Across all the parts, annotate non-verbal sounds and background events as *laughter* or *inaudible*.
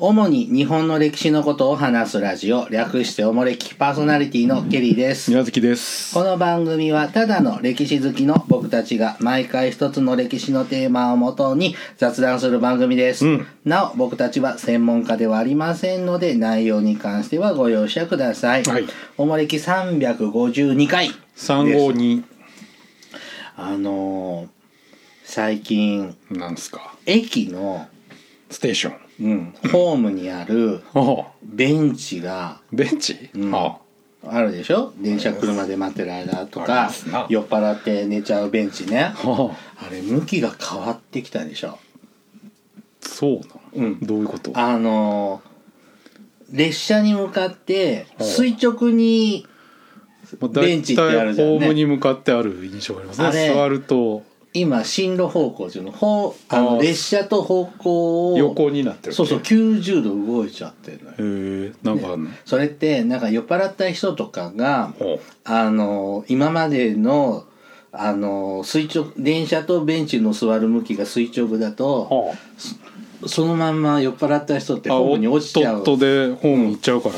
主に日本の歴史のことを話すラジオ、略しておもれきパーソナリティのケリーです。宮崎です。この番組はただの歴史好きの僕たちが毎回一つの歴史のテーマをもとに雑談する番組です、うんなお僕たちは専門家ではありませんので内容に関してはご容赦ください、はいおもれき352回三号二あのー最近なんですか。駅の、ステーション。うん、ホームにあるおうベンチがベンチ。うんああるでしょ電車車で待ってる間とありかますな酔っ払って寝ちゃうベンチねあ。はあれ向きが変わってきたでしょあ。そうなうんん。どういうこと。あのー列車に向かって垂直にまあベンチってあるじゃんね大体ホームに向かってある印象がありますあれね。座ると今進路方向っていうのほうああのー列車と方向を横になってる。そうそう。90度動いちゃってるのよへえ、なんかあんの。それってなんか酔っ払った人とかがほあの今までのあの垂直電車とベンチの座る向きが垂直だうとはあ。そのまんま酔っ払った人ってホームに落ちちゃあおうっとっとでホーム行っちゃうから。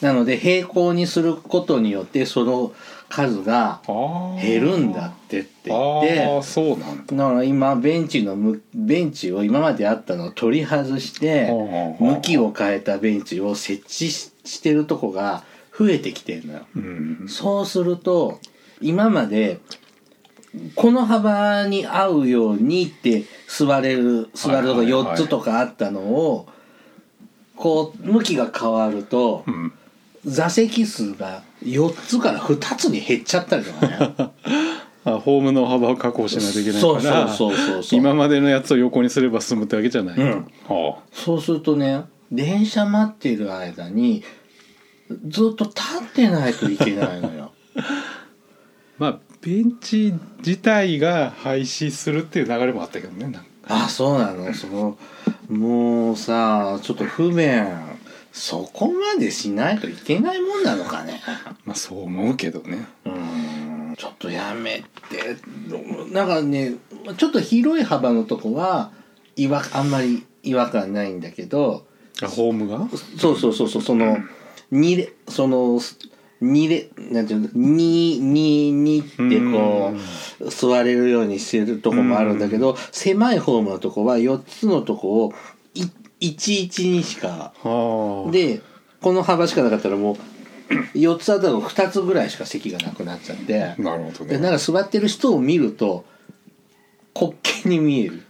なので平行にすることによってその数がああ。減るんだってって言っああ、てそうなんだ。だから今ベンチのむベンチを今まであったのを取り外してあー向きを変えたベンチを設置ししてるとこが増えてきてるのよ。うん。そうすると今までこの幅に合うようにって座れる座るとこはいはいは4いつとかあったのをこう向きが変わるとうん。座席数が4つから2つに減っちゃったりとか *laughs* ねあホームの幅を確保しないといけないそうかそらうそうそうそう今までのやつを横にすれば済むってわけじゃない、うんはそうするとね電車待ってる間にずっと立ってないといけないのよあ、まあベンチ自体が廃止するっていう流れもあったけどねなんかあそうなのそのもうさちょっと不便そこまでしないといけないもんなのかねまあそう思うけどねうんちょっとやめてなんかねちょっと広い幅のとこは違和あんまり違和感ないんだけどあホームがそうそうそうそうその二列その二列なんていうの二二二ってこう座れるようにしてるとこもあるんだけど狭いホームのとこは四つのとこをい一一にしかはあでこの幅しかなかったらもう四つあたりの二つぐらいしか席がなくなっちゃってなるほどでなんねか座ってる人を見ると滑稽に見える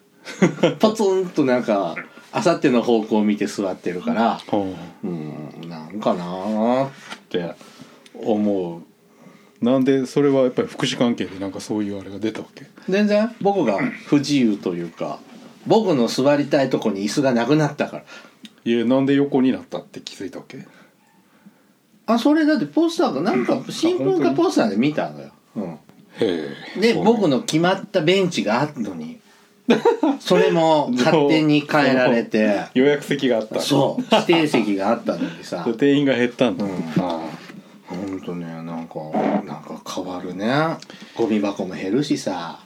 ポツンとなんかあさっての方向を見て座ってるから。はうーんなんかなーって思うあなんでそれはやっぱり福祉関係でなんかそういうあれが出たわけ全然僕が不自由というか僕の座りたいとこに椅子がなくなったからいやなんで横になったって気づいたわけあそれだってポスターかなんか新聞かあ本当にポスターで見たのよ、うへえん、で僕のの決まったベンチがあったのにそれも勝手に変えられて予約席があっ *laughs* たそう指定席があったのにさで定員が減ったんだ、うんあほんとねなんかなんか変わるねゴミ箱も減るしさ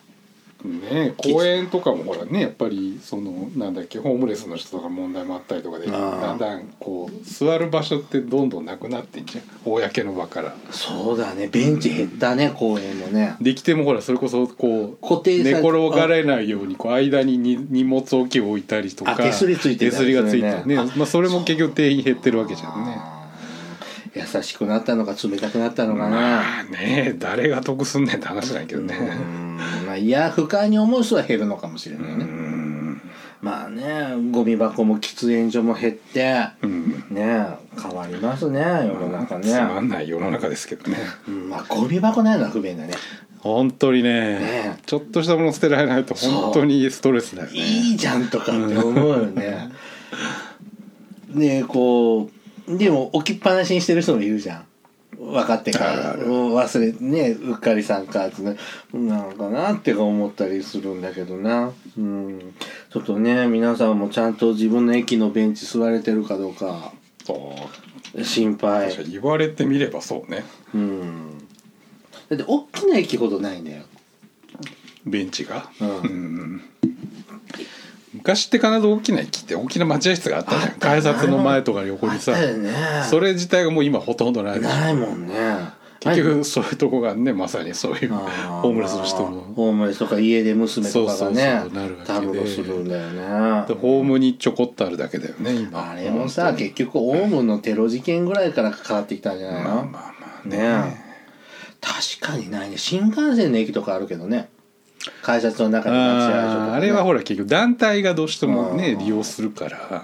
ねえ公園とかもほらねやっぱりそのなんだっけホームレスの人とか問題もあったりとかであーだんだんこう座る場所ってどんどんなくなっていっちゃう公の場から。そうだねベンチ減ったね公園もねできてもほらそれこそこう固定さ寝転がれないようにこう間にに荷物置きを置いたりとあか手すりついて手たすりりするがねついてねあまあ、それも結局定員減ってるわけじゃんね。あー優しくなったのか冷たくなったのかまなあね誰が得すんねんって話だけどね。うん *laughs* まあいや不快に思う人は減るのかもしれないねうんまあねゴミ箱も喫煙所も減ってうんね変わりますね世の中つまねんない世の中ですけどね。うんまあゴミ箱ないのは不便だね本当にねねちょっとしたもの捨てられないと本当にストレスだよねいいじゃんとかって思うよね *laughs* ねこうでも置きっぱなしにしてる人もいるじゃん分かってかあるらあるもう忘れねうっかりさんかってねなのかなって思ったりするんだけどなうんちょっとね皆さんもちゃんと自分の駅のベンチ座れてるかどうかそう心配確かに言われてみればそうねうんだって大きな駅ほどないんだよベンチがうんうん昔って必ず大きな駅って大きな待合室があったじゃんあった改札の前とか横にさあったよねそれ自体がもう今ほとんどないでしょないもんね結局そういうとこがねまさにそういうあホームレスの人まあもホームレスとか家で娘とかがねそうそうそうなるわけでタブロするんだよねでホームにちょこっとあるだけだよね今あれもさ結局オウムのテロ事件ぐらいから関わってきたんじゃないの、まあまあまあね確かにないね新幹線の駅とかあるけどね改札の中の待合所とか、あね、ーあれはほら結局団体がどうしてもうねん利用するから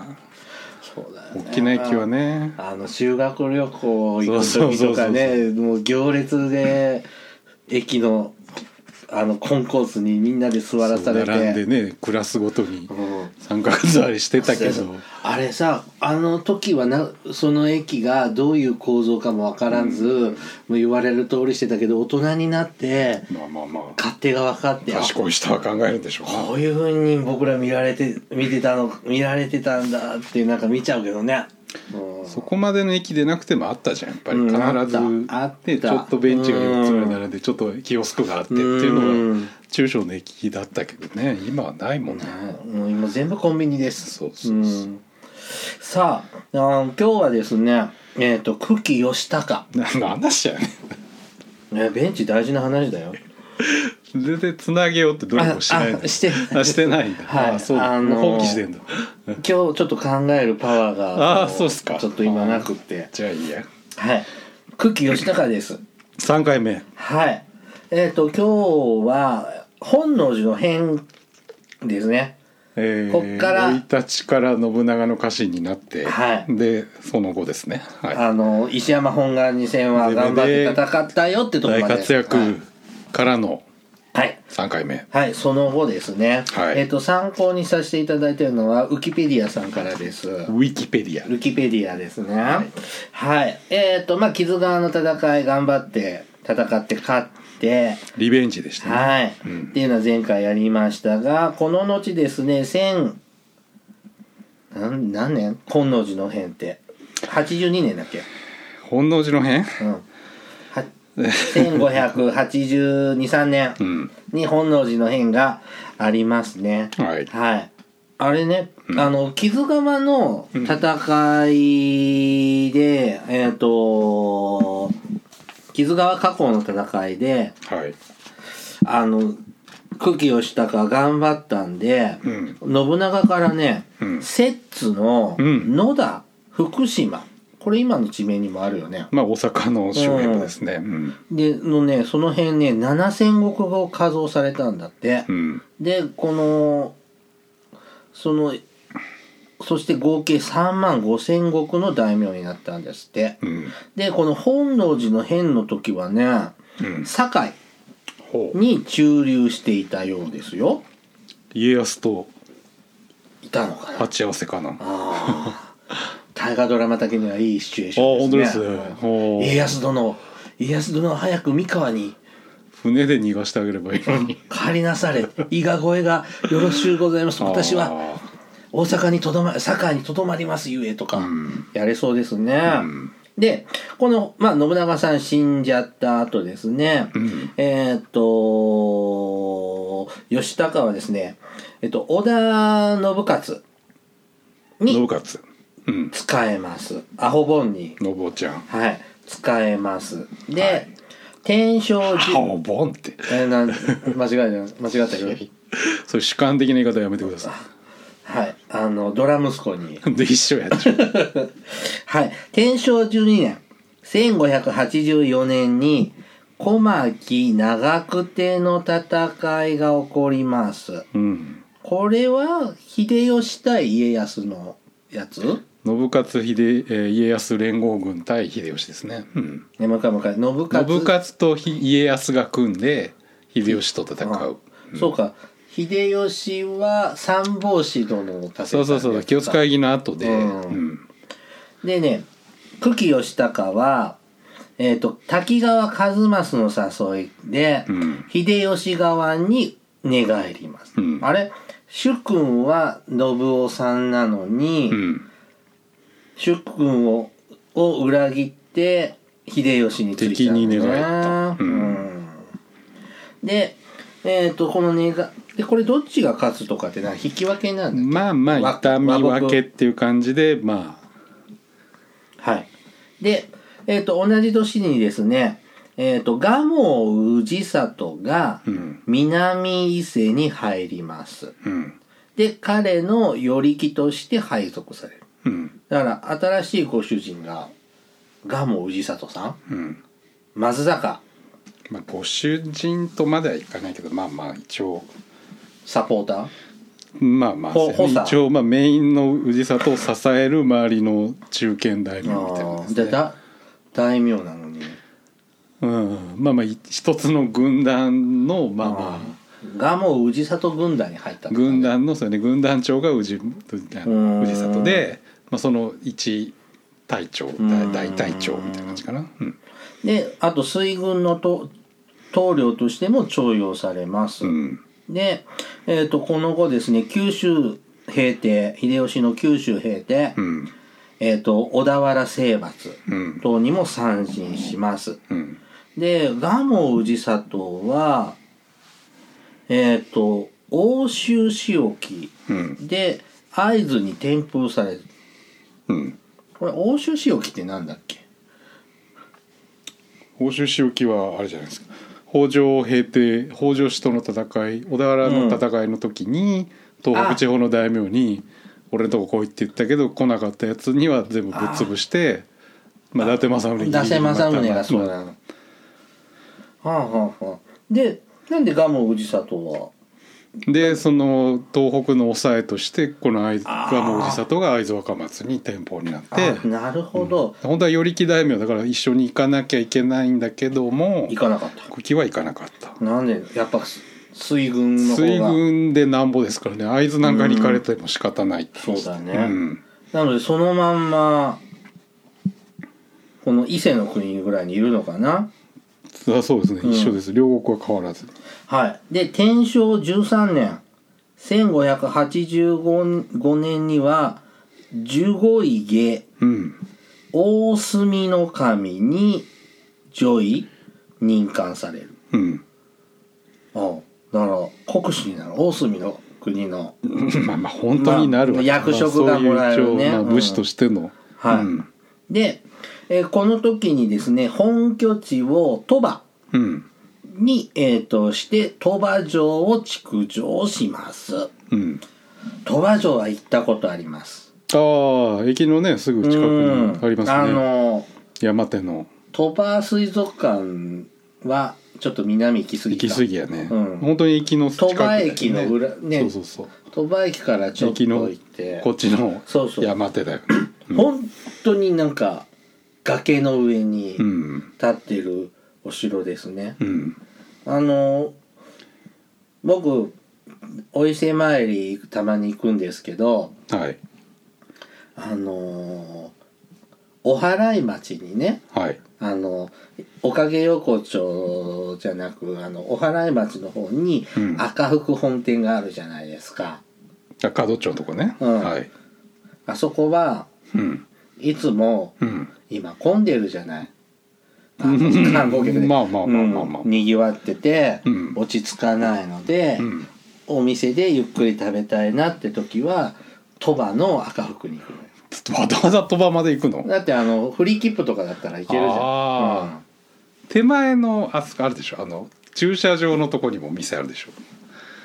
そうだよね大きな駅はねあの修学旅行行くそうそう時そとうそかうねもう行列で駅のあのコンコースにみんなで座らされてそう並んでねクラスごとにうん三角座りしてたけそうどそうあれさあの時はなその駅がどういう構造かもわからず、もう言われる通りしてたけど大人になってまあまあまあ勝手が分かってあ賢い人は考えるでしょうこういうふうに僕ら見られて見てたの見られてたんだってなんか見ちゃうけどね、うんそこまでの駅でなくてもあったじゃんやっぱりうん必あったず、あったねちょっとベンチが4つぐらい並んでちょっとキオスクがあってっていううのんが中小の駅だったけどね今はないもんねもう今全部コンビニですそうそうそう、ん、さああー今日はですねえっ、と久喜義高、何の話やねね、ベンチ大事な話だよん全然つなげようって努力もしないんああだしてないあしてないんだ、はいあそうだ、あのーもう放棄してんだ今日ちょっと考えるパワーがあーそうっすかちょっと今なくってじゃあいいやはい久喜義高です3回目はいえっ、と今日は本能寺の変ですねえーこっから生い立ちから信長の家臣になって、はいでその後ですね、はい、あの石山本願寺戦は頑張って戦ったよってところ大まで活はい躍からのはい、 3回目はいその後ですね、はいえっと参考にさせていただいているのはウィキペディアさんからですウウィキペディアィキペディアですねはい、えっ、とまあ木津川の戦い頑張って戦って勝ってリベンジでしたね、はい、うんっていうのは前回やりましたがこの後ですね1000なん何年本能寺の変って82年だっけ本能寺の変うんは1582 3年うんに本能寺の変がありますね。はいはい。あれね、あの、木津川の戦いで、えっ、と、木津川河口の戦いで、はいあの、久喜義高頑張ったんで、うん信長からね、うん摂津のうん野田、福島、これ今の地名にもあるよね。まあ大阪の周辺もですねうんで、のね、その辺ね、7000石を加増されたんだって。うんでこのそのそして合計3万5千石の大名になったんですってうんでこの本能寺の変の時はねうん堺ほうに駐留していたようですよ家康といたのかな鉢合わせかなああー大河ドラマ的にはいいシチュエーション本当でですすねねほう家康殿家康殿は早く三河に船で逃がしてあげればいいのに帰りなされ伊賀越えがよろしゅうございます私は大阪にとどま堺にとどまりますゆえとか、んやれそうですね、んでこの、まあ、信長さん死んじゃった後ですね、んえーっと義高はですね、えっと、織田信勝信に勝うん使えますアホボンに、信夫ちゃんはい、使えますで、はい天正あ10おぼんってえーなん間違えた *laughs* 間違ったよそういう主観的な言い方やめてくださはいあのドラ息子に *laughs* いで一緒やっちゃうはい。天正12年、1584年に、小牧長久手の戦いが起こります。うんこれは、秀吉対家康のやつ信勝秀えー家康連合軍対秀吉ですねうんね、もう一回もう一回。信勝。信勝と家康が組んで秀吉と戦う、うんそうか。秀吉は三法師殿を立てたんですそうそうそう清津会議の後で、うんうんでね、久喜義高は、えっ、と、滝川一益の誘いで、うん秀吉側に寝返ります。うんあれ主君は信夫さんなのに、うん主君をを裏切って秀吉についたんだ敵に寝ね返ったうんうんで、えっとこの寝がでこれどっちが勝つとかってな引き分けなんだっけまあまあわ痛み和分睦けっていう感じでまあはい。で、えっ、と、同じ年にですね、えっ、と、蒲生氏里がうん南伊勢に入ります。うんで、彼の与力として配属される。うんだから、新しいご主人が、蒲生氏里さん、うん松坂まあご主人とまではいかないけどまあまあ一応サポーター、まあまあほ補佐一応まあメインの氏里を支える周りの中堅大名みたいなあでーすでねだ大名なのに。うんまあまあい一つの軍団のまあまあ蒲生氏里軍団に入ったんだね軍団のそれ、ね、軍団長が宇治あうんの宇治里で、まあ、その一隊長ん大大隊長みたいな感じかな、うんであと水軍のと棟梁としても重用されます、んで、えー、とこの後ですね九州平定秀吉の九州平定、うんえー、と小田原征伐うん等にも参陣しますうんで蒲生氏里はえっ、と奥州仕置うんきで会津に転封されるうんこれ奥州仕置きってなんだっけ欧州仕置きはあれじゃないですか北条平定北条氏との戦い小田原の戦いの時に、東北地方の大名に「俺のとこ来い」って言ったけど来なかったやつには全部ぶっ潰してまあ、伊達政宗伊達政宗がそうまたなの。はあはあはあ。で、なんで蒲生氏里は。でその東北の抑えとしてこの会津あー蒲生氏里が会津若松に店舗になってあなるほど、本当は頼木大名だから一緒に行かなきゃいけないんだけども行かなかった。時は行かなかったなんで、やっぱ水軍の方が。水軍でなんぼですからね会津なんかに行かれても仕方ないってそうだね。うんなので、そのまんま。この伊勢の国ぐらいにいるのかな。そうそうですね、ん一緒です両国は変わらずはい。で、天正13年。1585年には15位下うん大隅の神に上位任官される *laughs* うんあだから国主になる大隅の国のまあまあ本当になるわまあ役職がもらえるねまあそういう一応まあ武士としての、はい、うんで、えーこの時にですね本拠地を鳥羽うんに、えーとして鳥羽城を築城しますうん鳥羽城は行ったことありますああ駅のねすぐ近くにありますねあの山手の鳥羽水族館はちょっと南行き過ぎ行たき過ぎやね、うん本当に駅の近く鳥羽駅の裏ねそうそうそう鳥羽駅からちょっと駅の行ってこっちのそうそう山手だよね本当になんか崖の上にう立んってるお城ですね、うんあの僕お伊勢参りたまに行くんですけどはいあのお祓い町にねはいあのおかげ横丁じゃなくあのお祓い町の方にうん赤福本店があるじゃないですか、あ角町のとこね、うんはいあそこはうんいつもうん今混んでるじゃないあの観光客でまあまあまあまあまあうんにぎわってて、うん落ち着かないので、うんお店でゆっくり食べたいなって時は鳥羽の赤服に行くのよちょっとわざわざ鳥羽まで行くのだってあのフリー切符とかだったらいけるじゃんあ手前のあそこあるでしょあの駐車場のとこにも店あるでしょうん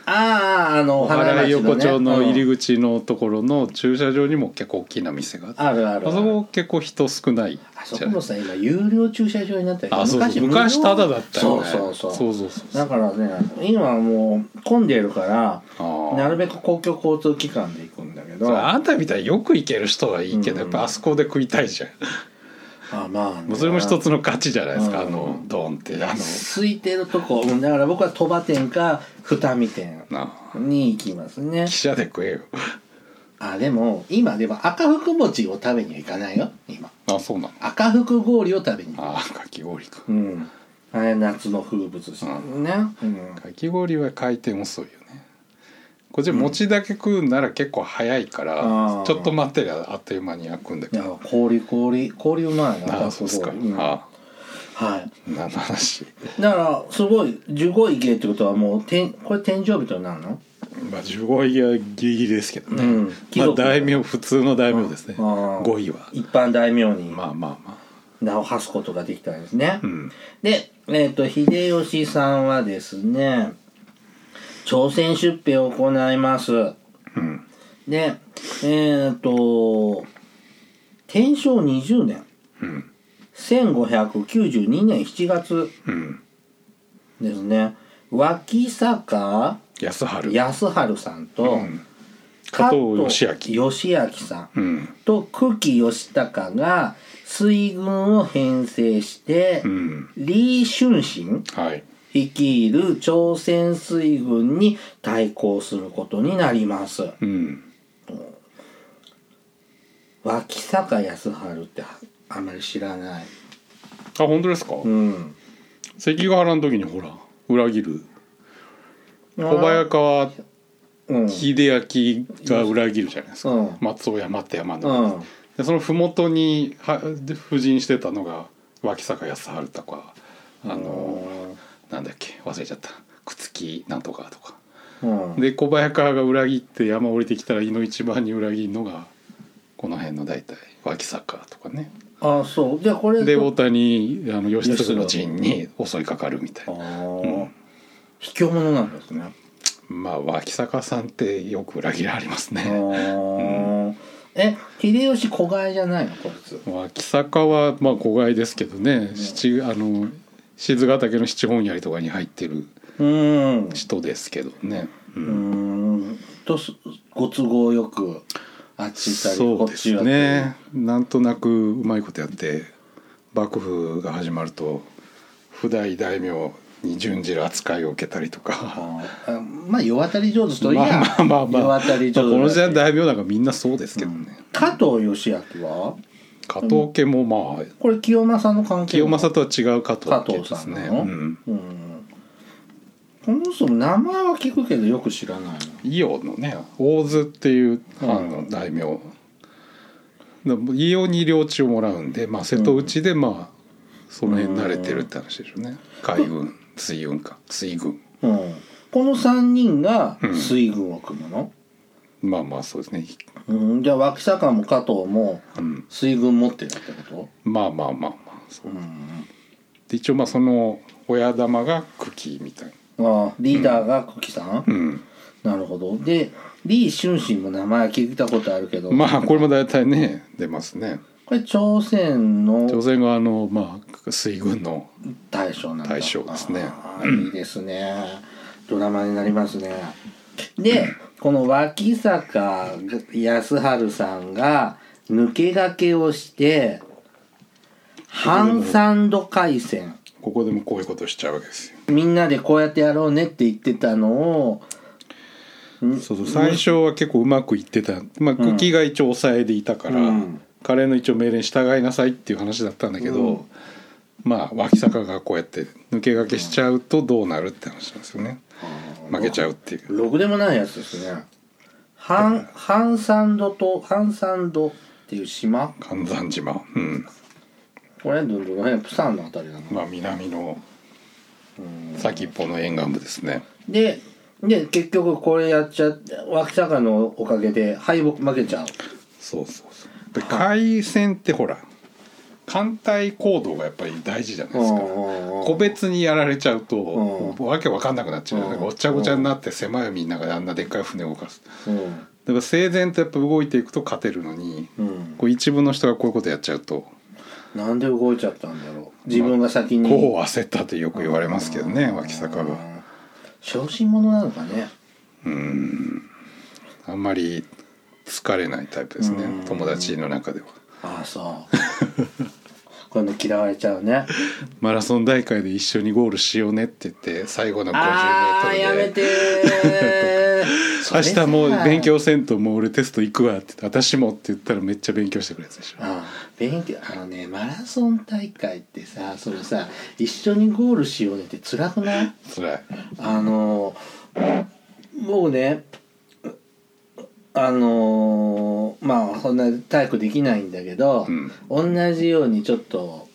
あーあのお払い町横丁の入うんり口のところの駐車場にも結構大きな店があってあるあるあそこ結構人少ないあそじこゃないもさ今有料駐車場になったりあそうそう無料昔タダだったよねそうそうそそううそうそうだからね今もう混んでるからあなあるべく公共交通機関で行くんだけどそれあんたみたいによく行ける人はいいけど、うんやっぱあそこで食いたいじゃん、あまあね、もうそれも一つの価値じゃないですか、うんあのドンってあの空いてるとこうんだから僕は鳥羽店か二見店なに行きますね汽車で食えよあでも今でも赤福餅を食べには行かないよ今あそうなの赤福氷を食べに行くあーかき氷かうんあれ夏の風物詩だね、うんかき氷は回転遅いよねこっち餅だけ食うなら結構早いから、あーちょっと待ってりゃあっという間に焼くんだいけやど、氷氷氷うまいなああそうですか、うんあはい何の話だからすごい15位芸ってことはもうてんこれ天井人になるの *laughs* まあ15位はギリギリですけどね、うん貴まあ族大名普通の大名ですねあー5位は一般大名にまあまあま名を馳すことができたんですね、あうんで、えー、と秀吉さんはですね朝鮮出兵を行いますうんでえっ、と天正20年うん1592年7月うんですね脇坂安春安春さんと、うん加藤義明義明さんうんと久喜義隆が水軍を編成して、うん李春心はい率いる朝鮮水軍に対抗することになりますうん脇坂康春ってあんまり知らないあ本当ですか、うん関ヶ原の時にほら裏切る小早川うん秀明が裏切るじゃないですか、うん松尾山って山の、うんでその麓にはで布陣してたのが脇坂康春とかあの、なんだっけ忘れちゃった朽木なんとかとかうんで小早川が裏切って山降りてきたら井の一番に裏切るのがこの辺の大体脇坂とかねあそうじゃあこれでと大谷あの義経の陣に襲いかかるみたいあなー卑怯者なんですねまあ脇坂さんってよく裏切られますあねーえ秀吉子飼いじゃないのこいつ脇坂はまあ子飼いですけどね七あの静ヶ岳の七本槍とかに入ってるうん人ですけどね、ううんーんとすご都合よくあっち行ったりそこうっでちす行ったりねなんとなくうまいことやって幕府が始まると普代大名に準じる扱いを受けたりとか。あまあ世渡り上手といえばまあまあまあまあ、まあ、世渡り上手この時代だし大名なんかみんなそうですけどね、加藤義明は加藤家もまあこれ清正の関係清正とは違う加藤加家藤でさすんねな、うの、ん、うんこの人も名前は聞くけどよく知らない伊予のね大津っていう藩の大名、だから伊予に領地をもらうんで、まあ、瀬戸内でまあその辺慣れてるって話でしょうね、海運水運か水軍な、うん、この3人がうん水軍を組むの、まあまあそうですね、うんじゃあ脇坂も加藤もうん、水軍持ってるってこまあまあまあまあそと、ううん、で一応まあその親玉が茎みたいなああリーダーが久喜さん、うんなるほどで李春心も名前聞いたことあるけど、まあこれも大体ね出ますねこれ朝鮮の朝鮮側のまあ水軍の大将なんだ大将ですねあーいいですねドラマになりますねでこの脇坂康春さんが抜け駆けをして反三度回戦ここでもこういうことしちゃうわけですよみんなでこうやってやろうねって言ってたのをんそうそう最初は結構うまくいってた、まあ、茎が一応抑えでいたから、うんカレーの一応命令に従いなさいっていう話だったんだけど、うんまあ脇坂がこうやって抜け駆けしちゃうとどうなるって話なんですよね負けちゃうっていうろくでもないやつですね半半三度と半三度っていう島寒山島うんこれどどの辺プサンのあたりなのまあ南の先っぽの沿岸部ですねでで結局これやっちゃって脇坂のおかげで敗北負けちゃうそうそうそうで海戦ってほら艦隊行動がやっぱり大事じゃないですか個個別にやられちゃうと、うわけわかんなくなっちゃう、うんなんかごちゃごちゃになって狭い海の中であんなでっかい船を動かすだかうんら整然とやっぱ動いていくと勝てるのに、うんこう一部の人がこういうことやっちゃうとなんで動いちゃったんだろう自分が先にこう焦ったとよく言われますけどね、脇坂がが小心者なのかねうんあんまり疲れないタイプですね、うん友達の中ではああそう *laughs* こういうの嫌われちゃうねマラソン大会で一緒にゴールしようねって言って最後のああやめ50てで。ーそ *laughs* 明れさ日もう勉強せんともう俺テスト行くわって言って私もって言ったらめっちゃ勉強してくれるやつでしょああ勉強あのねマラソン大会ってさそのさ一緒にゴールしようねって辛くない辛いあの僕ねあのまあそんな体育できないんだけど、うん同じようにちょっと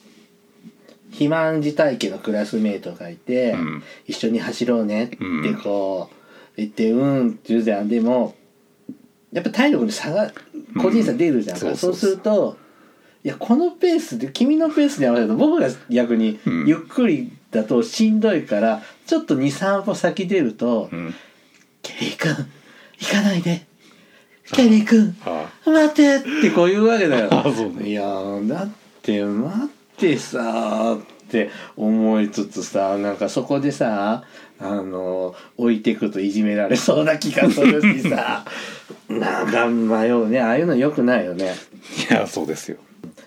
肥満児体系のクラスメートがいて、ん一緒に走ろうねってこう言って「うん」って言うじゃんでもやっぱ体力に差が個人差出るじゃん、うそんそううすそうそるうといやこのペースで君のペースに合わせると僕が逆にうんゆっくりだとしんどいからちょっと23歩先出るとうん「ケリー君行かないでケリー君あ待て!」ってこう言うわけだよ。あそうねいやーだって待ってさーって思いつつさなんかそこでさあの置いてくといじめられそうな気がするし *laughs* さなんか迷うねああいうのよくないよね。いやそうですよ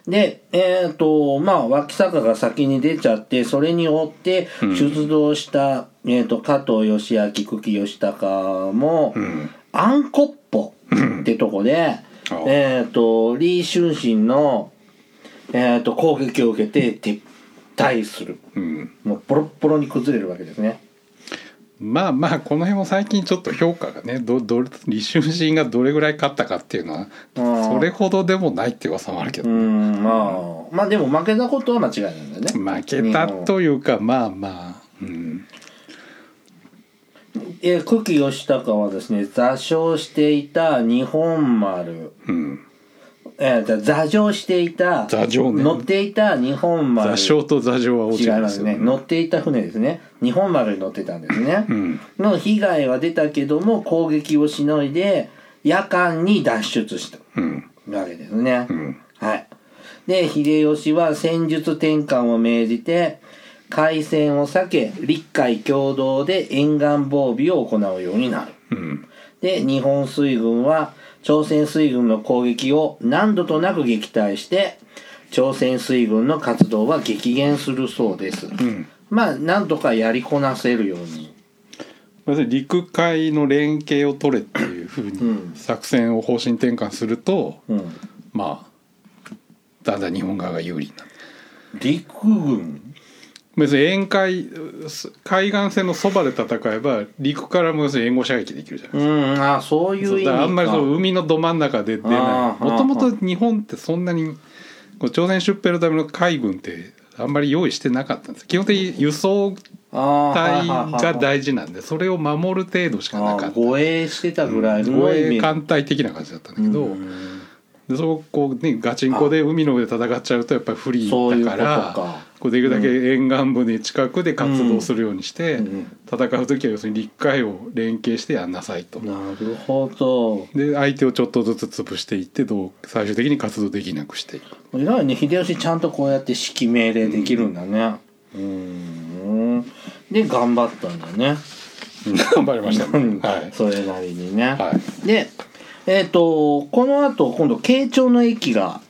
で、えっ、と、まあ、脇坂が先に出ちゃって、それに追ってうん出動した、えっ、と、加藤義明、久喜義孝も、うんアンコッポってとこで、ああえっ、と、李春心の、えっ、と、攻撃を受けて撤退する。うんもう、ボロッボロに崩れるわけですね。まあまあこの辺も最近ちょっと評価がねどどれ李春心がどれぐらい勝ったかっていうのはうんそれほどでもないって噂もあるけうど、ん、まあ、まあでも負けたことは間違いないんだよね。負けたというかまあまあ、うん、えー、久喜義孝はですね座礁していた日本丸、うん、えー、じゃあ座礁していた座礁ね乗っていた日本丸座礁と座礁は大違い違いまですすよね乗っていた船ですね日本丸に乗ってたんですね、うんの被害は出たけども攻撃をしのいで夜間に脱出したうんわけですね、うんはいで秀吉は戦術転換を命じて海戦を避け陸海共同で沿岸防備を行うようになるうんで日本水軍は朝鮮水軍の攻撃を何度となく撃退して朝鮮水軍の活動は激減するそうです、んまあなんとかやりこなせるようにまず陸海の連携を取れっていうふううんに作戦を方針転換すると、うんまあだんだん日本側が有利になる陸軍別に沿海す海岸線のそばで戦えば陸からも要するに援護射撃できるじゃないうんあそういう意そう味だからかあんまりそう海のど真ん中で出なあーいもともと日本ってそんなにこう朝鮮出兵のための海軍ってあんまり用意してなかったんです基本的に輸送隊が大大事なんでそれを守る程度しかなかった護衛してたぐらいの護イメージ衛艦隊的な感じだったんだけど、うんでそここうねガチンコで海の上で戦っちゃうとやっぱり不利そういうこだとからかこうできるだけ沿岸部に近くで活動するようにして、うん戦う時は要するに陸海を連携してやんなさいと。なるほどで相手をちょっとずつ潰していってどう最終的に活動できなくしていく偉いね秀吉ちゃんとこうやって指揮命令できるんだねうんんで頑張ったんだね頑張りましたねはいそれなりにね、はでえっ、とこのあと今度慶長の駅が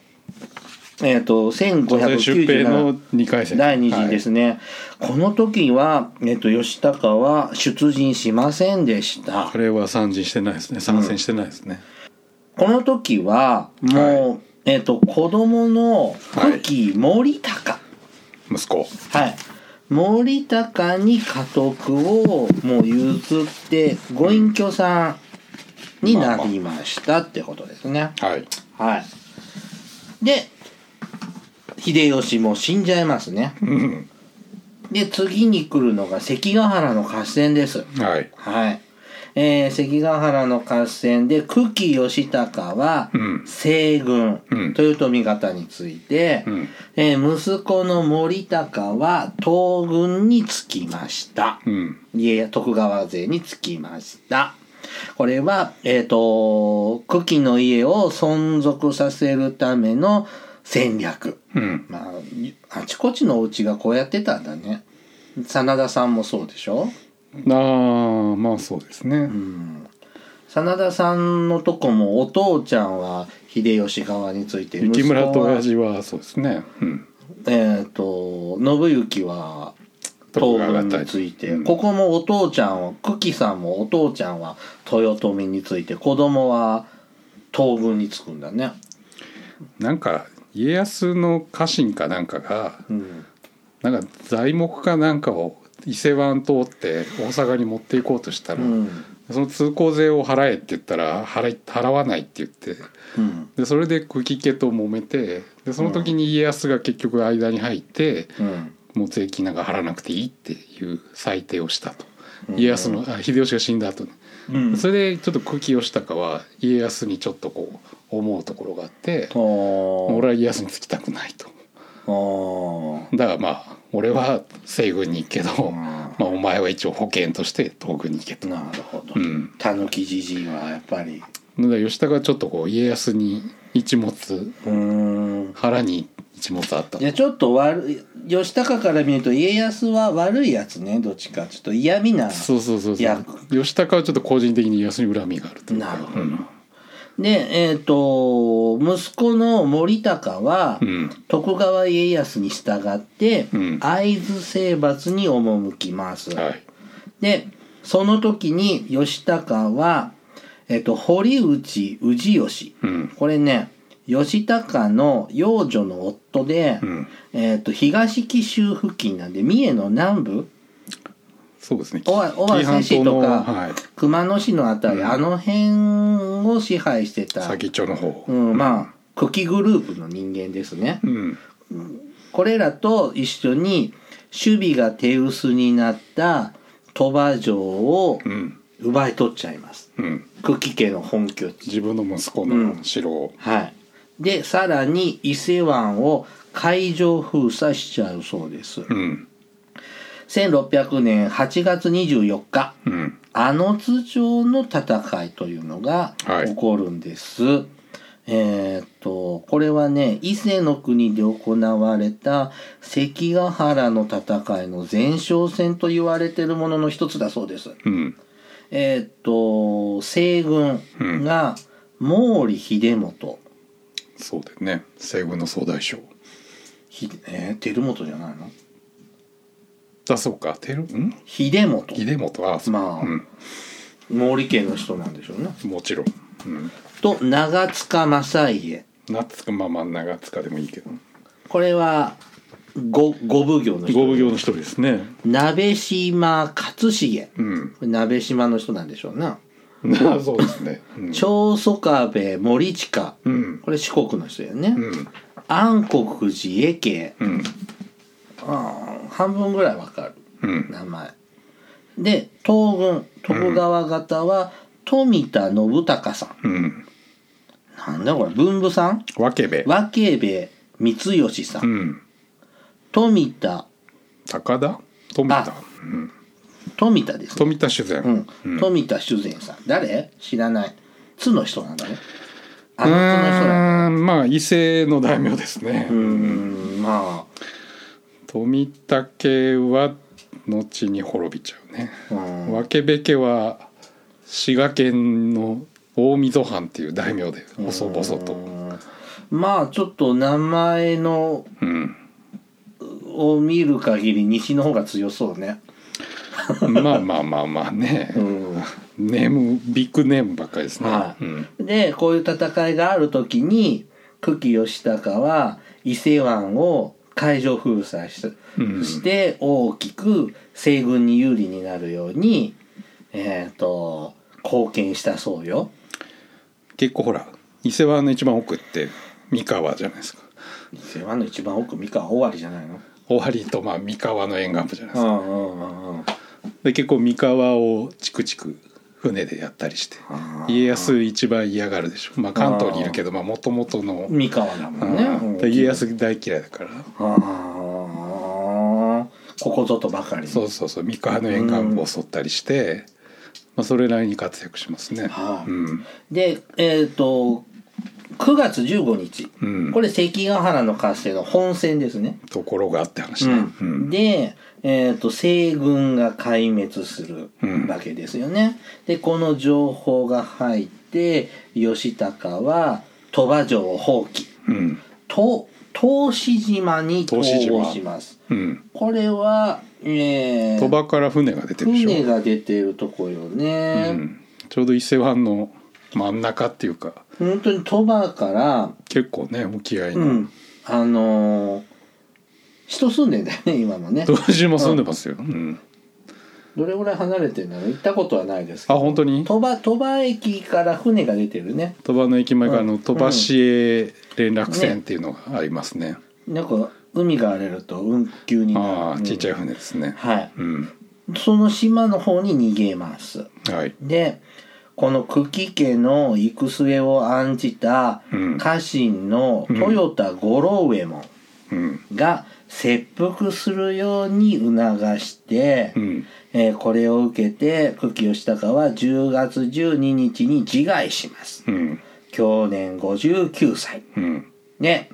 えっ、とい出兵の1597 2回戦第2陣ですね、この時は、えっと義高は出陣しませんでしはたい、これは参陣してないですね参戦してないですね、この時はもう、えっと子供の久喜森高、息子はい。森高に家督をもう譲って、ご隠居さんになりましたってことですね。はいはい。で、秀吉も死んじゃいますね。うんで、次に来るのが関ヶ原の合戦です。はいはい。えー関ヶ原の合戦で久喜義高はうん西軍うんという富方について、うんえー息子の森高は東軍につきました。うん家徳川勢につきました。これは、えっ、と、久喜の家を存続させるための戦略。うんまあ、あちこちのお家がこうやってたんだね。真田さんもそうでしょああまあそうですね、真田さんのとこもお父ちゃんは秀吉側について雪村息子とは親父はそうですね、うん、えっ、と信行は徳東川が軍大について、うんここもお父ちゃんは久喜さんもお父ちゃんは豊臣について子供は東軍につくんだね。なんか家康の家臣かなんかがうん、なんか材木かなんかを伊勢湾通って大阪に持っていこうとしたうら、んその通行税を払えって言ったら払い払わないって言ってうんでそれで久喜家と揉めてでその時に家康が結局間に入ってうんもう税金なんか払わなくていいっていう裁定をしたと家康のあ秀吉が死んだ後にうんそれでちょっと久喜義高は家康にちょっとこう思うところがあってあー俺は家康につきたくないとあーだからまあ俺は西軍に行くけど、んまあ、お前は一応保険として東軍に行けと。なるほどうんたぬきじじいはやっぱりので義高はちょっとこう家康に一物うーん腹に一物あったいやちょっと悪い義高から見ると家康は悪いやつねどっちかちょっと嫌味なそうそうそういそやう義高はちょっと個人的に家康に恨みがあるというかなるほどうんでえっ、と息子の森高は、うん徳川家康に従って、うん会津征伐に赴きます、はいでその時に義高は、えっと堀内氏義、うんこれね義高の養女の夫で、うんえっと東紀州付近なんで三重の南部そうですね尾鷲市とか、はい、熊野市のあたり、あの辺を支配してた、先っちょの方うん、まあ久喜グループの人間ですね、うんこれらと一緒に守備が手薄になった鳥羽城をうん奪い取っちゃいますうん久喜家の本拠地自分の息子の城を、はいでさらに伊勢湾を海上封鎖しちゃうそうですうん1600年8月24日うんあの津町の戦いというのがはい起こるんです。えーっとこれはね伊勢の国で行われた関ヶ原の戦いの前哨戦と言われているものの一つだそうです。うんえーっと西軍が毛利秀元、そうだよね西軍の総大将ひえー、照元じゃないのだそうかてるん秀元秀元あそうまあうん、毛利家の人なんでしょうね。もちろん、うん、と長塚正家夏かまあ真ん中つかでもいいけどこれはご五奉行の人ご奉行の一人ですね鍋島勝重うんこ *laughs* れ鍋島の人なんでしょうなあそうですねうん長宗我部森近うんこれ四国の人やね、うん安国寺家系うんあー半分ぐらいわかるうん名前で東軍徳川方は富田信孝さん、うんなんだこれ文武さんわけべ和慶兵衛光義さん、うん富田高田富田あうん富田ですね富田修う善ん、富田修善さん誰知らない津の人なんだねあうの津の人だーんまあ伊勢の大名ですねうーんま富田家は後に滅びちゃうねあ、うん、わけべ家は滋賀県の大溝藩っていう大名で細々とまあちょっと名前の *laughs* うんを見る限り西の方が強そうねまあまあまあまあねうんネームビッグネームばっかりですね、はいうんでこういう戦いがある時に久喜義高は伊勢湾を海上封鎖しうんして大きく西軍に有利になるように、えー、と貢献したそうよ。結構ほら伊勢湾の一番奥って三河じゃないですか伊勢湾の一番奥三河尾張じゃないの尾張とまあ三河の沿岸部じゃないですか、んうんうんうんで結構三河をチクチク船でやったりしてあー家康一番嫌がるでしょ、まあ、関東にいるけどもともとの、三河だもんね。うんうん家康大嫌いだからああここぞとばかりにそうそうそう三河の沿岸部を襲ったりして、まあ、それなりに活躍しますね、はいうんでえっ、と9月15日、うんこれ関ヶ原の合戦の本戦ですね、ところがあって話ね、うんで、えー、と西軍が壊滅するわけですよね、でこの情報が入って義高は鳥羽城を放棄うんと答志島に統合しますうんこれはえー、鳥羽から船が出てるでしょ船が出てるとこよね、うん、ちょうど伊勢湾の真ん中っていうか本当に鳥羽から結構ね沖合うのんあのー人住んでんだよね *laughs* 今もね道島住んでますよ、うん、どれぐらい離れてるんだろう行ったことはないですけあど本当に鳥羽鳥羽駅から船が出てるね鳥羽の駅前からうのん鳥羽市へ連絡船っていうのがありますねなんか海が荒れると運休にあなあるちっちゃいうん船ですねはいうんその島の方に逃げますはいでこの久喜家の行く末を案じたうん家臣の豊田五郎右衛門うんが切腹するように促して、うんえーこれを受けて久喜義孝は10月12日に自害しますうん享年59歳うんね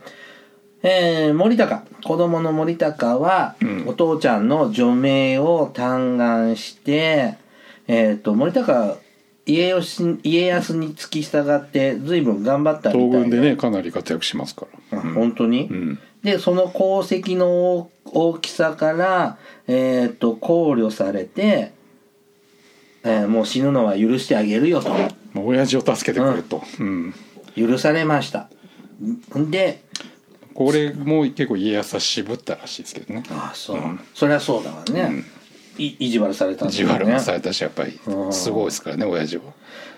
えー森高子供の森高は、うんお父ちゃんの除名を嘆願して、えー、と森高家吉家康に付き従って随分頑張ったみたい東な軍でねかなり活躍しますからあ本当に、うんでその功績の大きさから、えー、と考慮されて、えーもう死ぬのは許してあげるよとまあ親父を助けてくれとうん許されましたんでこれも結構家康は渋ったらしいですけどねああそう、そりゃそうだわね、い意地悪されたんだ地よ悪ねもされたしやっぱりうんすごいですからね親父は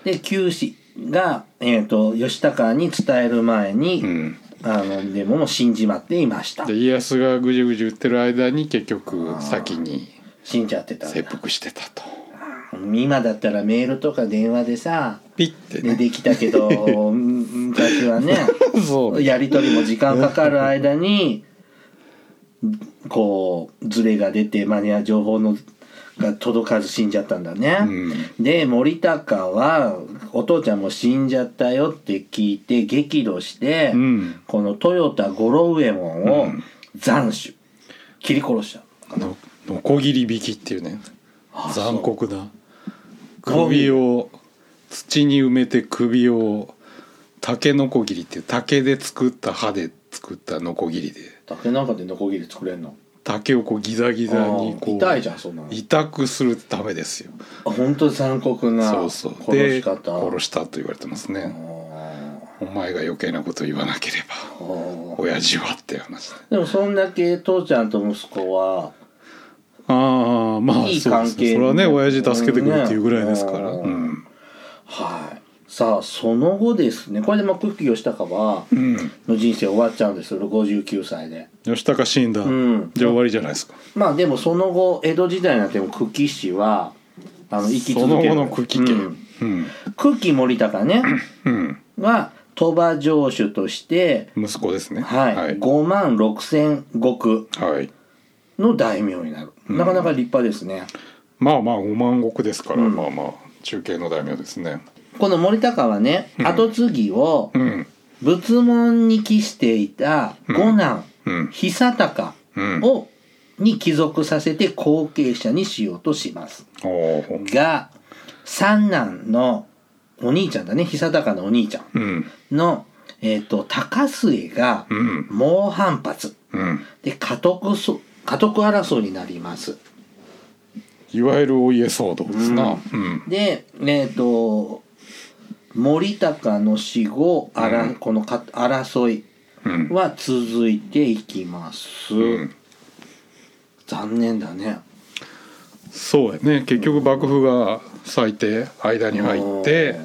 で九死が、えー、と義高に伝える前に、うんあのでももう死んじまっていましたで家康がぐじゅぐじゅ言ってる間に結局先に死んじゃってたん切だ腹してたと今だったらメールとか電話でさピッてでねできた *laughs* けどうん昔はねそうやり取りも時間かかる間にこうズレが出て間に合う情報のが届かず死んじゃったんだね、うんで森高はお父ちゃんも死んじゃったよって聞いて激怒して、うんこの豊田五郎右衛門うをん斬首切り殺したののこぎり引きっていうねあそう残酷な首を土に埋めて首を竹のこぎりっていう竹で作った刃で作ったのこぎりで竹なんかでノコギリ作れんの竹をこうギザギザにあこうー痛いじゃんそんなの痛くするためですよあ本当に残酷なそう殺そうし方で殺したと言われてますねあお前が余計なこと言わなければー親父はっていう話ででもそんだけ父ちゃんと息子はああまあいいそうで関すね係それはねに親父助けてくれっていうぐらいですから、うんうんはいさあその後ですねこれでまあ久喜義高はうん、の人生終わっちゃうんですよ59歳で吉高死んだ、んじゃあ終わりじゃないですかまあでもその後江戸時代になっても久喜市はあの生きそ続のける後の久喜家うんうん、久喜森高ねうんは鳥羽城主として息子ですねはい、はい、 5万6千石はいの大名になる、なかなか立派ですねまあまあ5万石ですから、まあまあ中継の大名ですねこの森高はね跡継ぎをうん仏門に帰していた五男、うん久高うんをに帰属させて後継者にしようとしますおおが三男のお兄ちゃんだね久高のお兄ちゃんうんの、えー、と高末がうん猛反発うんで家督そ家督争いになりますいわゆるお家騒動ですなうんでえっ、と森高の死後あら、このか争いうんは続いていきます、うん残念だねそうやね結局幕府が最低間に入って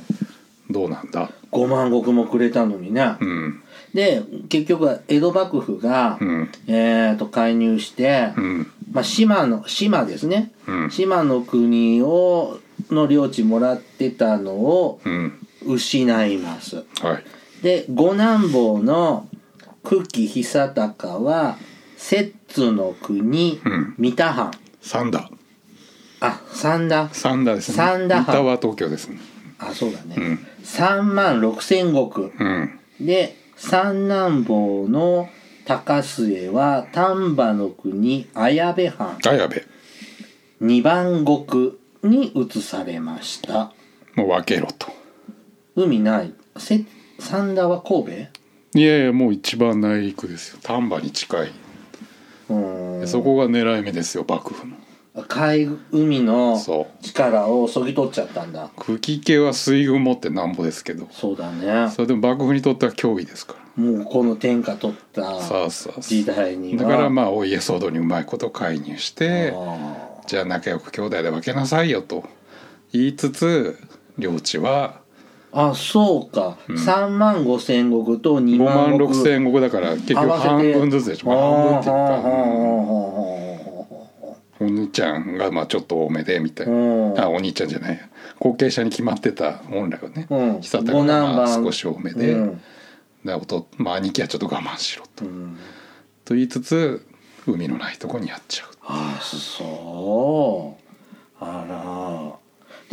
どうなんだ5万石もくれたのにね、うんで結局は江戸幕府が、うんえっ、と介入して、うんまあ、島の島ですね、うん島の国をの領地もらってたのをうん失いますはいで五男坊の久喜久隆は摂津の国うん三田藩三田あ三田三田ですね三田三田は東京ですねあそうだね、ん3万6千石うんで三男坊の高末は丹波の国綾部藩あやべ二番国に移されましたもう分けろと海ないせ三田は神いやいやもう一番内陸ですよ丹波に近い戸うーんそこが狙い目ですよ幕府の海海のそう力をそぎ取っちゃったんだ久喜家は水軍持ってなんぼですけどそうだねそれでも幕府にとっては脅威ですかもうこの天下取ったらさあさあさ時代にあはだからまあお家騒動にうまいこと介入してあじゃあ仲良く兄弟で分けなさいよと言いつつ領地はああそうか、3万5千石と2 5万万6 6千石だから結局合わせて半分ずつでしょまあ半分っていうかうんうお兄ちゃんがまあちょっと多めでみたいうんなあお兄ちゃんじゃないや後継者に決まってた本来はねうん久田がま五あ男番少し多めで、でおとまあ、兄貴はちょっと我慢しろと,、んと言いつつ海のないとこにやっちゃうあそうあら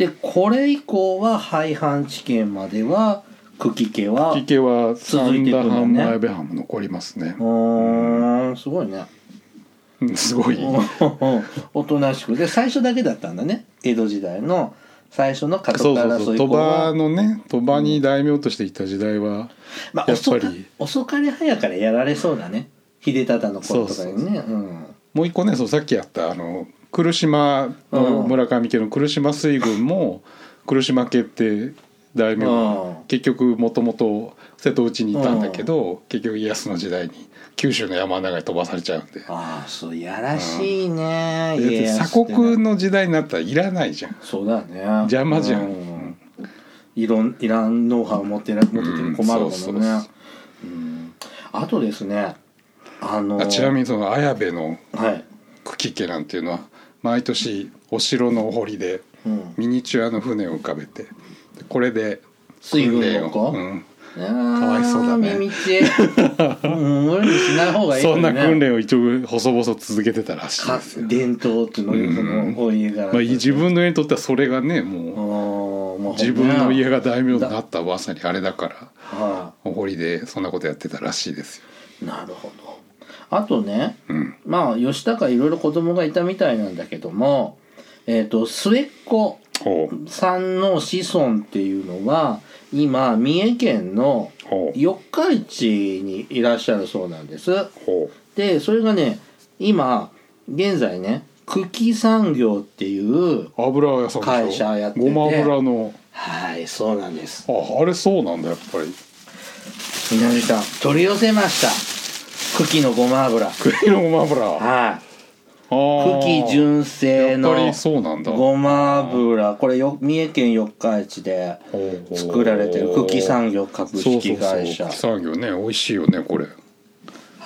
でこれ以降は廃藩置県までは久喜家は池は続い三ていく田んだね藩前部藩も残りますねう、ーんすごい *laughs* ねうんすごいおとなしくで最初だけだったんだね江戸時代の最初の家そ族うそう争そうい以鳥降は羽のね鳥羽に大名としていた時代は、まあ、やっぱ遅かり遅かれ早かれやられそうだね秀忠の頃とかにねうんもう一個ねそうさっきやったあの来島のうん村上家の来島水軍も来島家って大名うんが結局もともと瀬戸内にいたんだけど、結局家康の時代に九州の山の中に飛ばされちゃうんで。ああそうやらしいね、だって家康鎖ってね国の時代になったらいらないじゃんそうだね邪魔じゃんういろんいらんノウハウ持ってな持ってても困るもんね、うんうそうんそうそうあとですねあのあちなみにその綾部のはい、久喜家なんていうのは毎年お城のお堀でうん、ミニチュアの船を浮かべてこれで水軍の訓子練をうんかわいそうだね耳ちうん無理にしない方がいいよそんね、な訓練を一応細々続けてたらしいかですよ、伝統っていうのをそのお家柄まあ、自分の家にとってはそれがねもう分自分の家がが大名になったまさにあれだからはお堀でそんなことやってたらしいですよ、いなるほどあとねうん、まあ吉高いろいろ子供がいたみたいなんだけどもえっ、と末っ子ほうさんの子孫っていうのは今三重県のほう四日市にいらっしゃるそうなんですほでそれがね今現在ね久喜産業っていうう油屋さんでしょ会社やっててごま油のはいそうなんですああれそうなんだやっぱりみなみさん取り寄せました茎のごま油栗のごま油あはいー茎純正のやっぱりそうなんだごま油これよ三重県四日市で作られてる茎産業株式会そうそうそう社茎産業ね美味しいよねこれ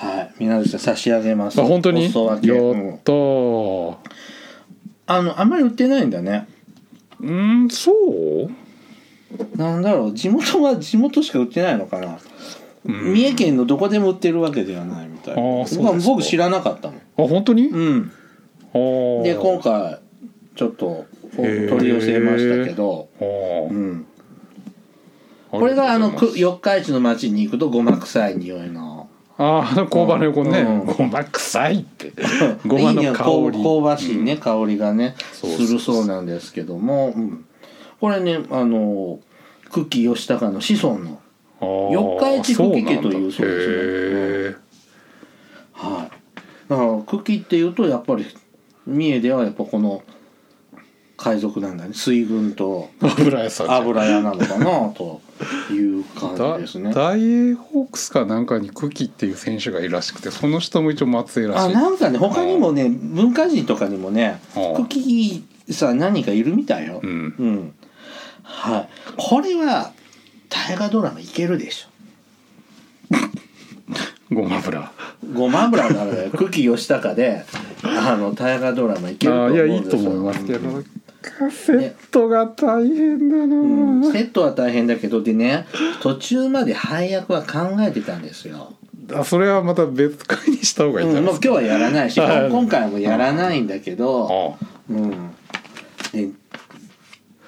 あはいみなみさん差し上げます本当におやっ裾分け、うんたーあのあんまり売ってないんだねうんそうなんだろう地元は地元しか売ってないのかな、三重県のどこでも売ってるわけではないみたいなあーそう僕はですか僕知らなかったのあ本当にうんあで今回ちょっとへー取り寄せましたけど、回うん、これがあのく四日市の町に行くとごま臭い匂いのあーあの工場の横ね、うんごま臭いって *laughs* ごまいい匂いの香こうり香ばしいね、香りがねすそうそうそうるそうなんですけども、うんこれねあの久喜義高の子孫のあー四日市福井家というそうですねへーはいだから久喜っていうとやっぱり三重ではやっぱこの海賊なんだね水軍と油屋さんじゃん油屋なのかなという感だじですね大英ホークスかなんかにクキっていう選手がいるらしくてその人も一応松江らあしいなんかね他にもね文化人とかにもねはあ久喜さん何かいるみたいようんうんはいこれは大河ドラマいけるでしょごま油あごま油なのよ久喜義高であの大河ドラマいけると思うーんいですよやいいと思いますけどカセットが大変だうんなセットは大変だけどでね途中まで配役は考えてたんですよ、あそれはまた別回にした方がういいんんじゃないもうです今日かはやらないしはい今回もやらないんだけど、あうん、で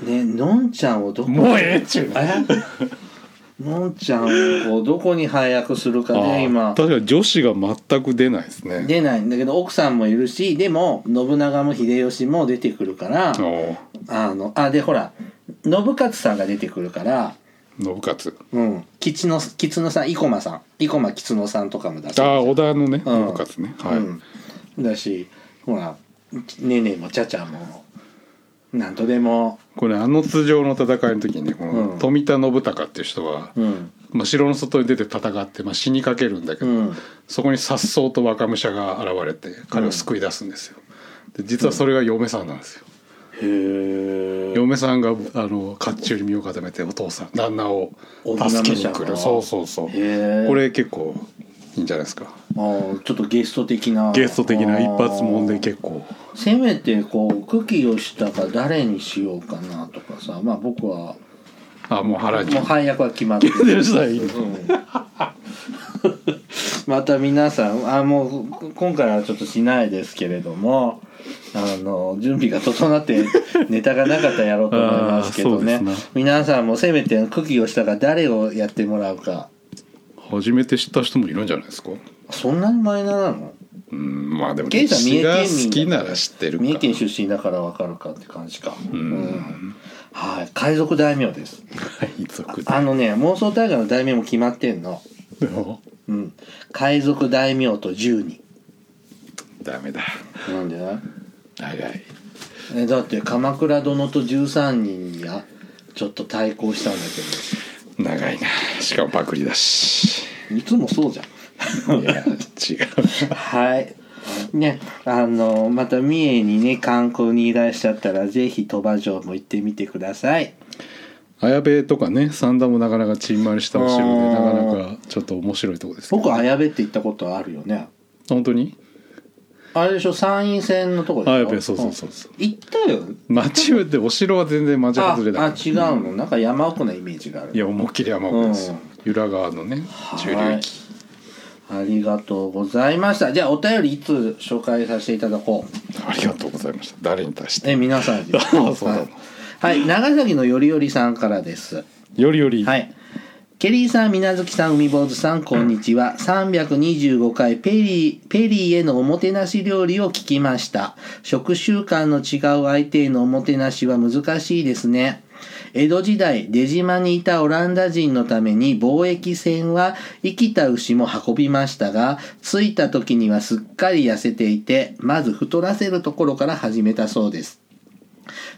でのんちゃんをどあこもうええっちゅうねえのんちゃんをこうどこに配役するかであー今確かに女子が全く出ないですね出ないんだけど奥さんもいるしでも信長も秀吉も出てくるからあーあのあでほら信勝さんが出てくるから。信勝うん、吉野吉野さん生駒さん生駒吉野さんとかもだし、ああ織田のねうん信勝ねはい、うん、だしほらねねもちゃちゃもなんとでも、これあの通常の戦いの時にねこうのん富田信孝っていう人が、うんまあ、城の外に出て戦って、まあ、死にかけるんだけうど、ん、そこに颯爽と若武者が現れて彼を救い出すんですよ。で実はそれが嫁さんなんですよ。へへえ嫁さんがあの甲冑に身を固めてお父さん旦那を助けに女来の人がるそうそうそうへーこれ結構いいんじゃないですかあーちょっとゲスト的なゲスト的な一発もんあでー結構せめてこう久喜義高誰にしようかなとかさまあ僕はあもうも原う *laughs* 西配役は決まってる吉田いいねまた皆さんあもう今回はちょっとしないですけれどもあの準備が整ってネタがなかったらやろうと思いますけどあねーそうですね皆さんもせめて久喜義高誰をやってもらうか初めて知った人もいるんじゃないですかそんなにマイナーなのうんまあでもケイ歴さん史が好きだなから知ってるか三重県出身だから分かるかって感じかうんはい海賊大名です海賊あのね妄想大河の題名も決まってんのでもうん海賊大名と十人ダメだなんでな長いえだって鎌倉殿と13人がちょっと対抗したんだ長いなしかもパクリだしけどいつもそうじゃんいや違う *laughs* はいねあのまた三重にね観光にいらっしゃったらぜひ鳥羽城も行ってみてください綾部とかね三段もなかなかちんまりしたお城であなーかなかちょっと面白いとこです、ね、僕綾部って行ったことあるよね本当にあれでしょ参院選のとこでしょ綾部そうそうそうそううん行ったよ町でお城は全然町あ外れだあ違うのなんか山奥なイメージがあるいや思いっきり山奥ですよ、由良川のね中流域ありがとうございましたじゃあお便りいつ紹介させていただこうありがとうございました誰に対してえ皆さんですあ *laughs* そうなのはい、はい長崎のよりよりさんからですよりより、はいケリーさん、水無月さん、海坊主さん、こんにちは。325回ペリー、ペリーへのおもてなし料理を聞きました。食習慣の違う相手へのおもてなしは難しいですね。江戸時代、出島にいたオランダ人のために貿易船は生きた牛も運びましたが、着いた時にはすっかり痩せていて、まず太らせるところから始めたそうです。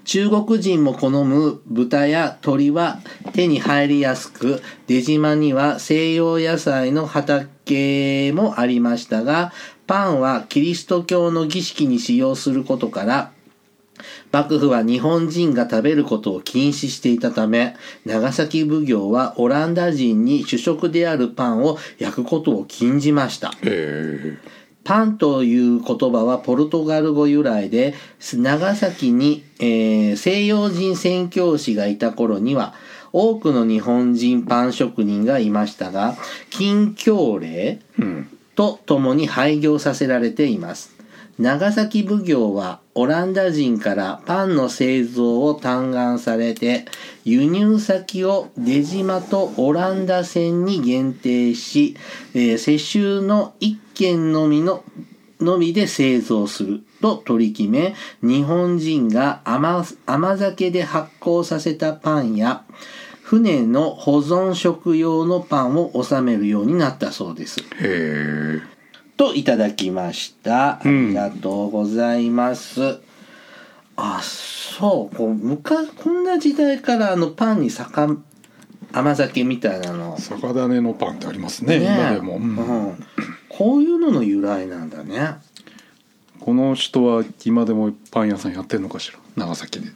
中国人も好む豚や鳥は手に入りやすく出島には西洋野菜の畑もありましたがパンはキリスト教の儀式に使用することから幕府は日本人が食べることを禁止していたため長崎奉行はオランダ人に主食であるパンを焼くことを禁じました。えパンという言葉はポルトガル語由来で、長崎に、えー西洋人宣教師がいた頃には、多くの日本人パン職人がいましたが、禁教令ーうんとともに廃業させられています。長崎奉行はオランダ人からパンの製造を嘆願されて輸入先を出島とオランダ船に限定し、えー世襲の1軒のみののみで製造すると取り決め日本人が甘甘酒で発酵させたパンや船の保存食用のパンを収めるようになったそうです。へえといただきました。あうんりがとうございます。あ、そう、こう、昔、こんな時代から、あの、パンに酒、甘酒みたいなの。酒種のパンってありますねえ今でも、うんうんこういうのの由来なんだね。この人は今でもパン屋さんやってんのかしら長崎で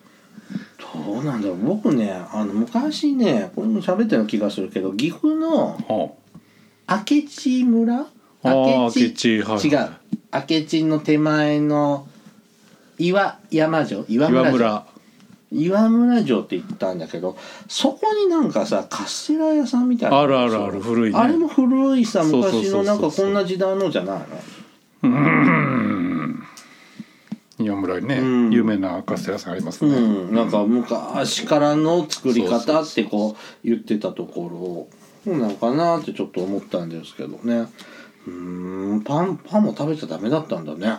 どうなんだろう。僕ね、あの、昔ね、これも喋ったような気がするけど、岐阜のは明智村あー明智はい違う。明智の手前の岩山城岩あ村城岩村岩村城って言ったんだけどそこになんかさカステラ屋さんみたいなあるあるある古いねあれも古いさそうそうそう昔そうのなんかこんな時代のじゃないのうん岩村にね、うん有名なカステラ屋さんありますうね、ん、なんか昔からの作り方ってこう言ってたところをそうなのかなってちょっと思ったんですけどねうーんパンパンも食べちゃダメだったんだね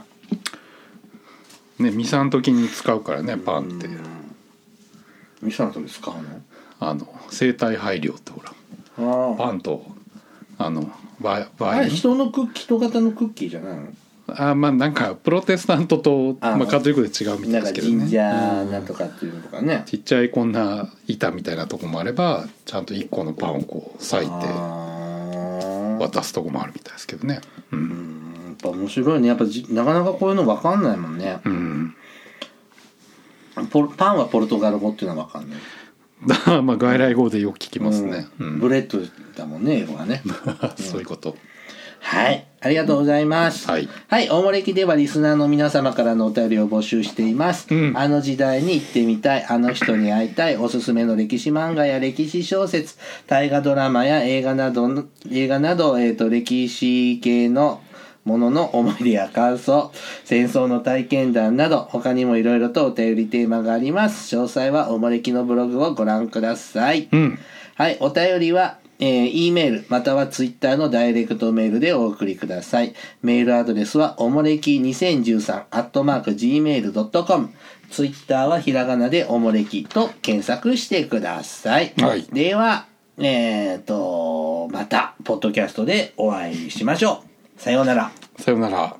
ねミサの時に使うからねパンって、ミサの時使うあの生体配慮ってほらのあパンとあのバあバあれイ人のクッキー人型のクッキーじゃないのあまあなんかプロテスタントとあまあ、カトリックで違うみなたいんでかすけジどねンジャーうんなんとかっていうのとかね、ちっちゃいこんな板みたいなとこもあればちゃんと1個のパンをこう裂いてあー渡すとこもあるみたいですけどねうん、やっぱ面白いねやっぱじなかなかこういうの分かんないもんねうん、ポルパンはポルトガル語っていうのは分かんない、だ *laughs* まあ外来語でよく聞きますね、ううん *laughs* んブレッドだもんね英語は *laughs* ねそういうことはい。ありがとうございます。はい大森駅ではリスナーの皆様からのお便りを募集しています。うんあの時代に行ってみたい、あの人に会いたい、おすすめの歴史漫画や歴史小説、大河ドラマや映画などの、映画など、えっ、と、歴史系のものの思い出や感想、戦争の体験談など、他にもいろいろとお便りテーマがあります。詳細はおもれきのブログをご覧ください。うんはい、お便りは、えー、E メールまたは Twitter のダイレクトメールでお送りください。メールアドレスはおもれき2013アットマーク Gmail.com。Twitter はひらがなでおもれきと検索してください。はいでは、えっ、と、また、ポッドキャストでお会いしましょう。さようなら。さようなら